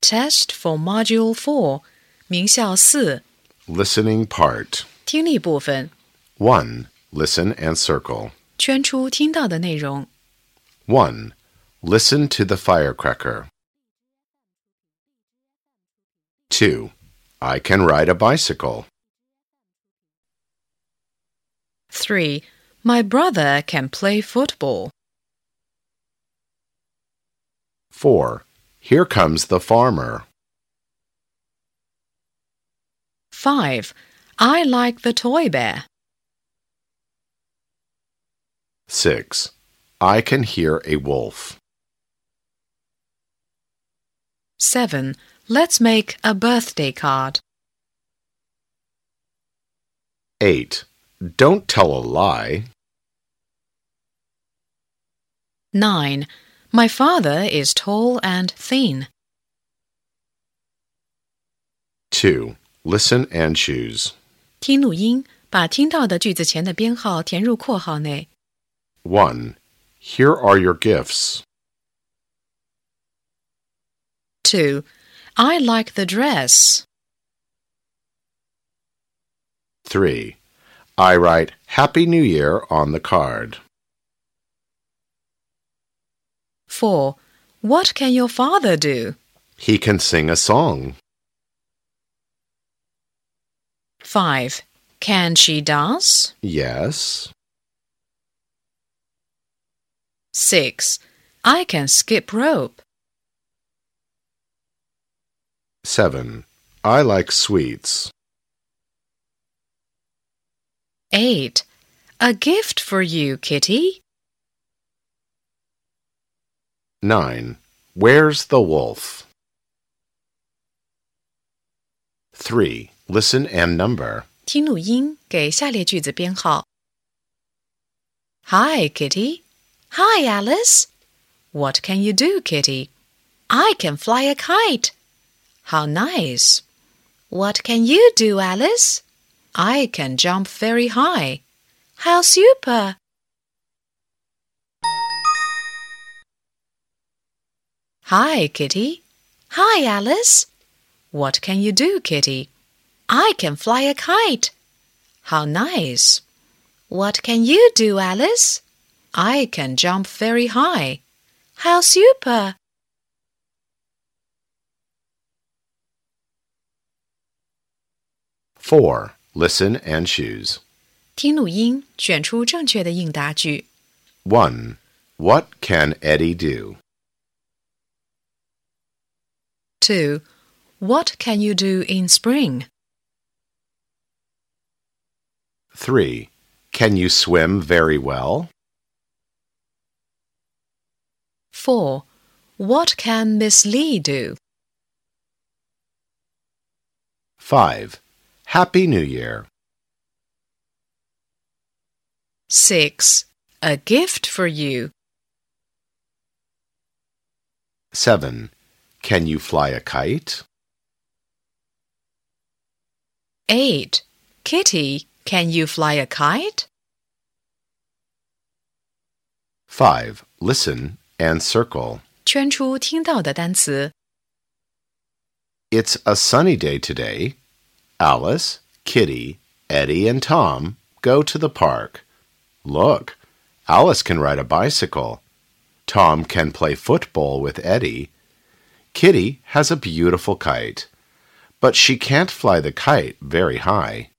Test for Module 4, 名校四 Listening part. 听力部分， 1. Listen and circle. 圈出听到的内容。 1. Listen to the firecracker. 2. I can ride a bicycle. 3. My brother can play football. 4. Here comes the farmer. 5. I like the toy bear. 6. I can hear a wolf. 7. Let's make a birthday card. 8. Don't tell a lie. 9. My father is tall and thin. 2. Listen and choose. 听录音，把听到的句子前的编号填入括号内。 1. Here are your gifts. 2. I like the dress. 3. I write Happy New Year on the card. 4. What can your father do? He can sing a song. 5. Can she dance? Yes. 6. I can skip rope. 7. I like sweets. 8. A gift for you, Kitty. 9. Where's the wolf? 3. Listen and number. 听录音，给下列句子编号。Hi, Kitty. Hi, Alice. What can you do, Kitty? I can fly a kite. How nice. What can you do, Alice? I can jump very high. How super. Hi, Kitty. Hi, Alice. What can you do, Kitty? I can fly a kite. How nice. What can you do, Alice? I can jump very high. How super. Four. Listen and choose. 听录音，选出正确的应答句。 One. What can Eddie do? 2. What can you do in spring? Three. Can you swim very well? 4. What can Miss Lee do? Five. Happy New Year. 6. A gift for you. Seven. Can you fly a kite? 8. Kitty, can you fly a kite? Five. Listen and circle. 圈出听到的单词。 It's a sunny day today. Alice, Kitty, Eddie, and Tom go to the park. Look, Alice can ride a bicycle. Tom can play football with Eddie. Kitty has a beautiful kite, but she can't fly the kite very high.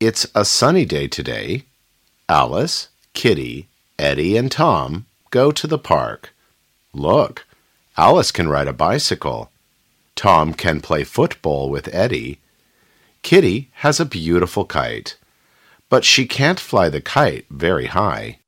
'It's a sunny day today. Alice, Kitty, Eddie, and Tom go to the park. Look, Alice can ride a bicycle. Tom can play football with Eddie. Kitty has a beautiful kite, but she can't fly the kite very high.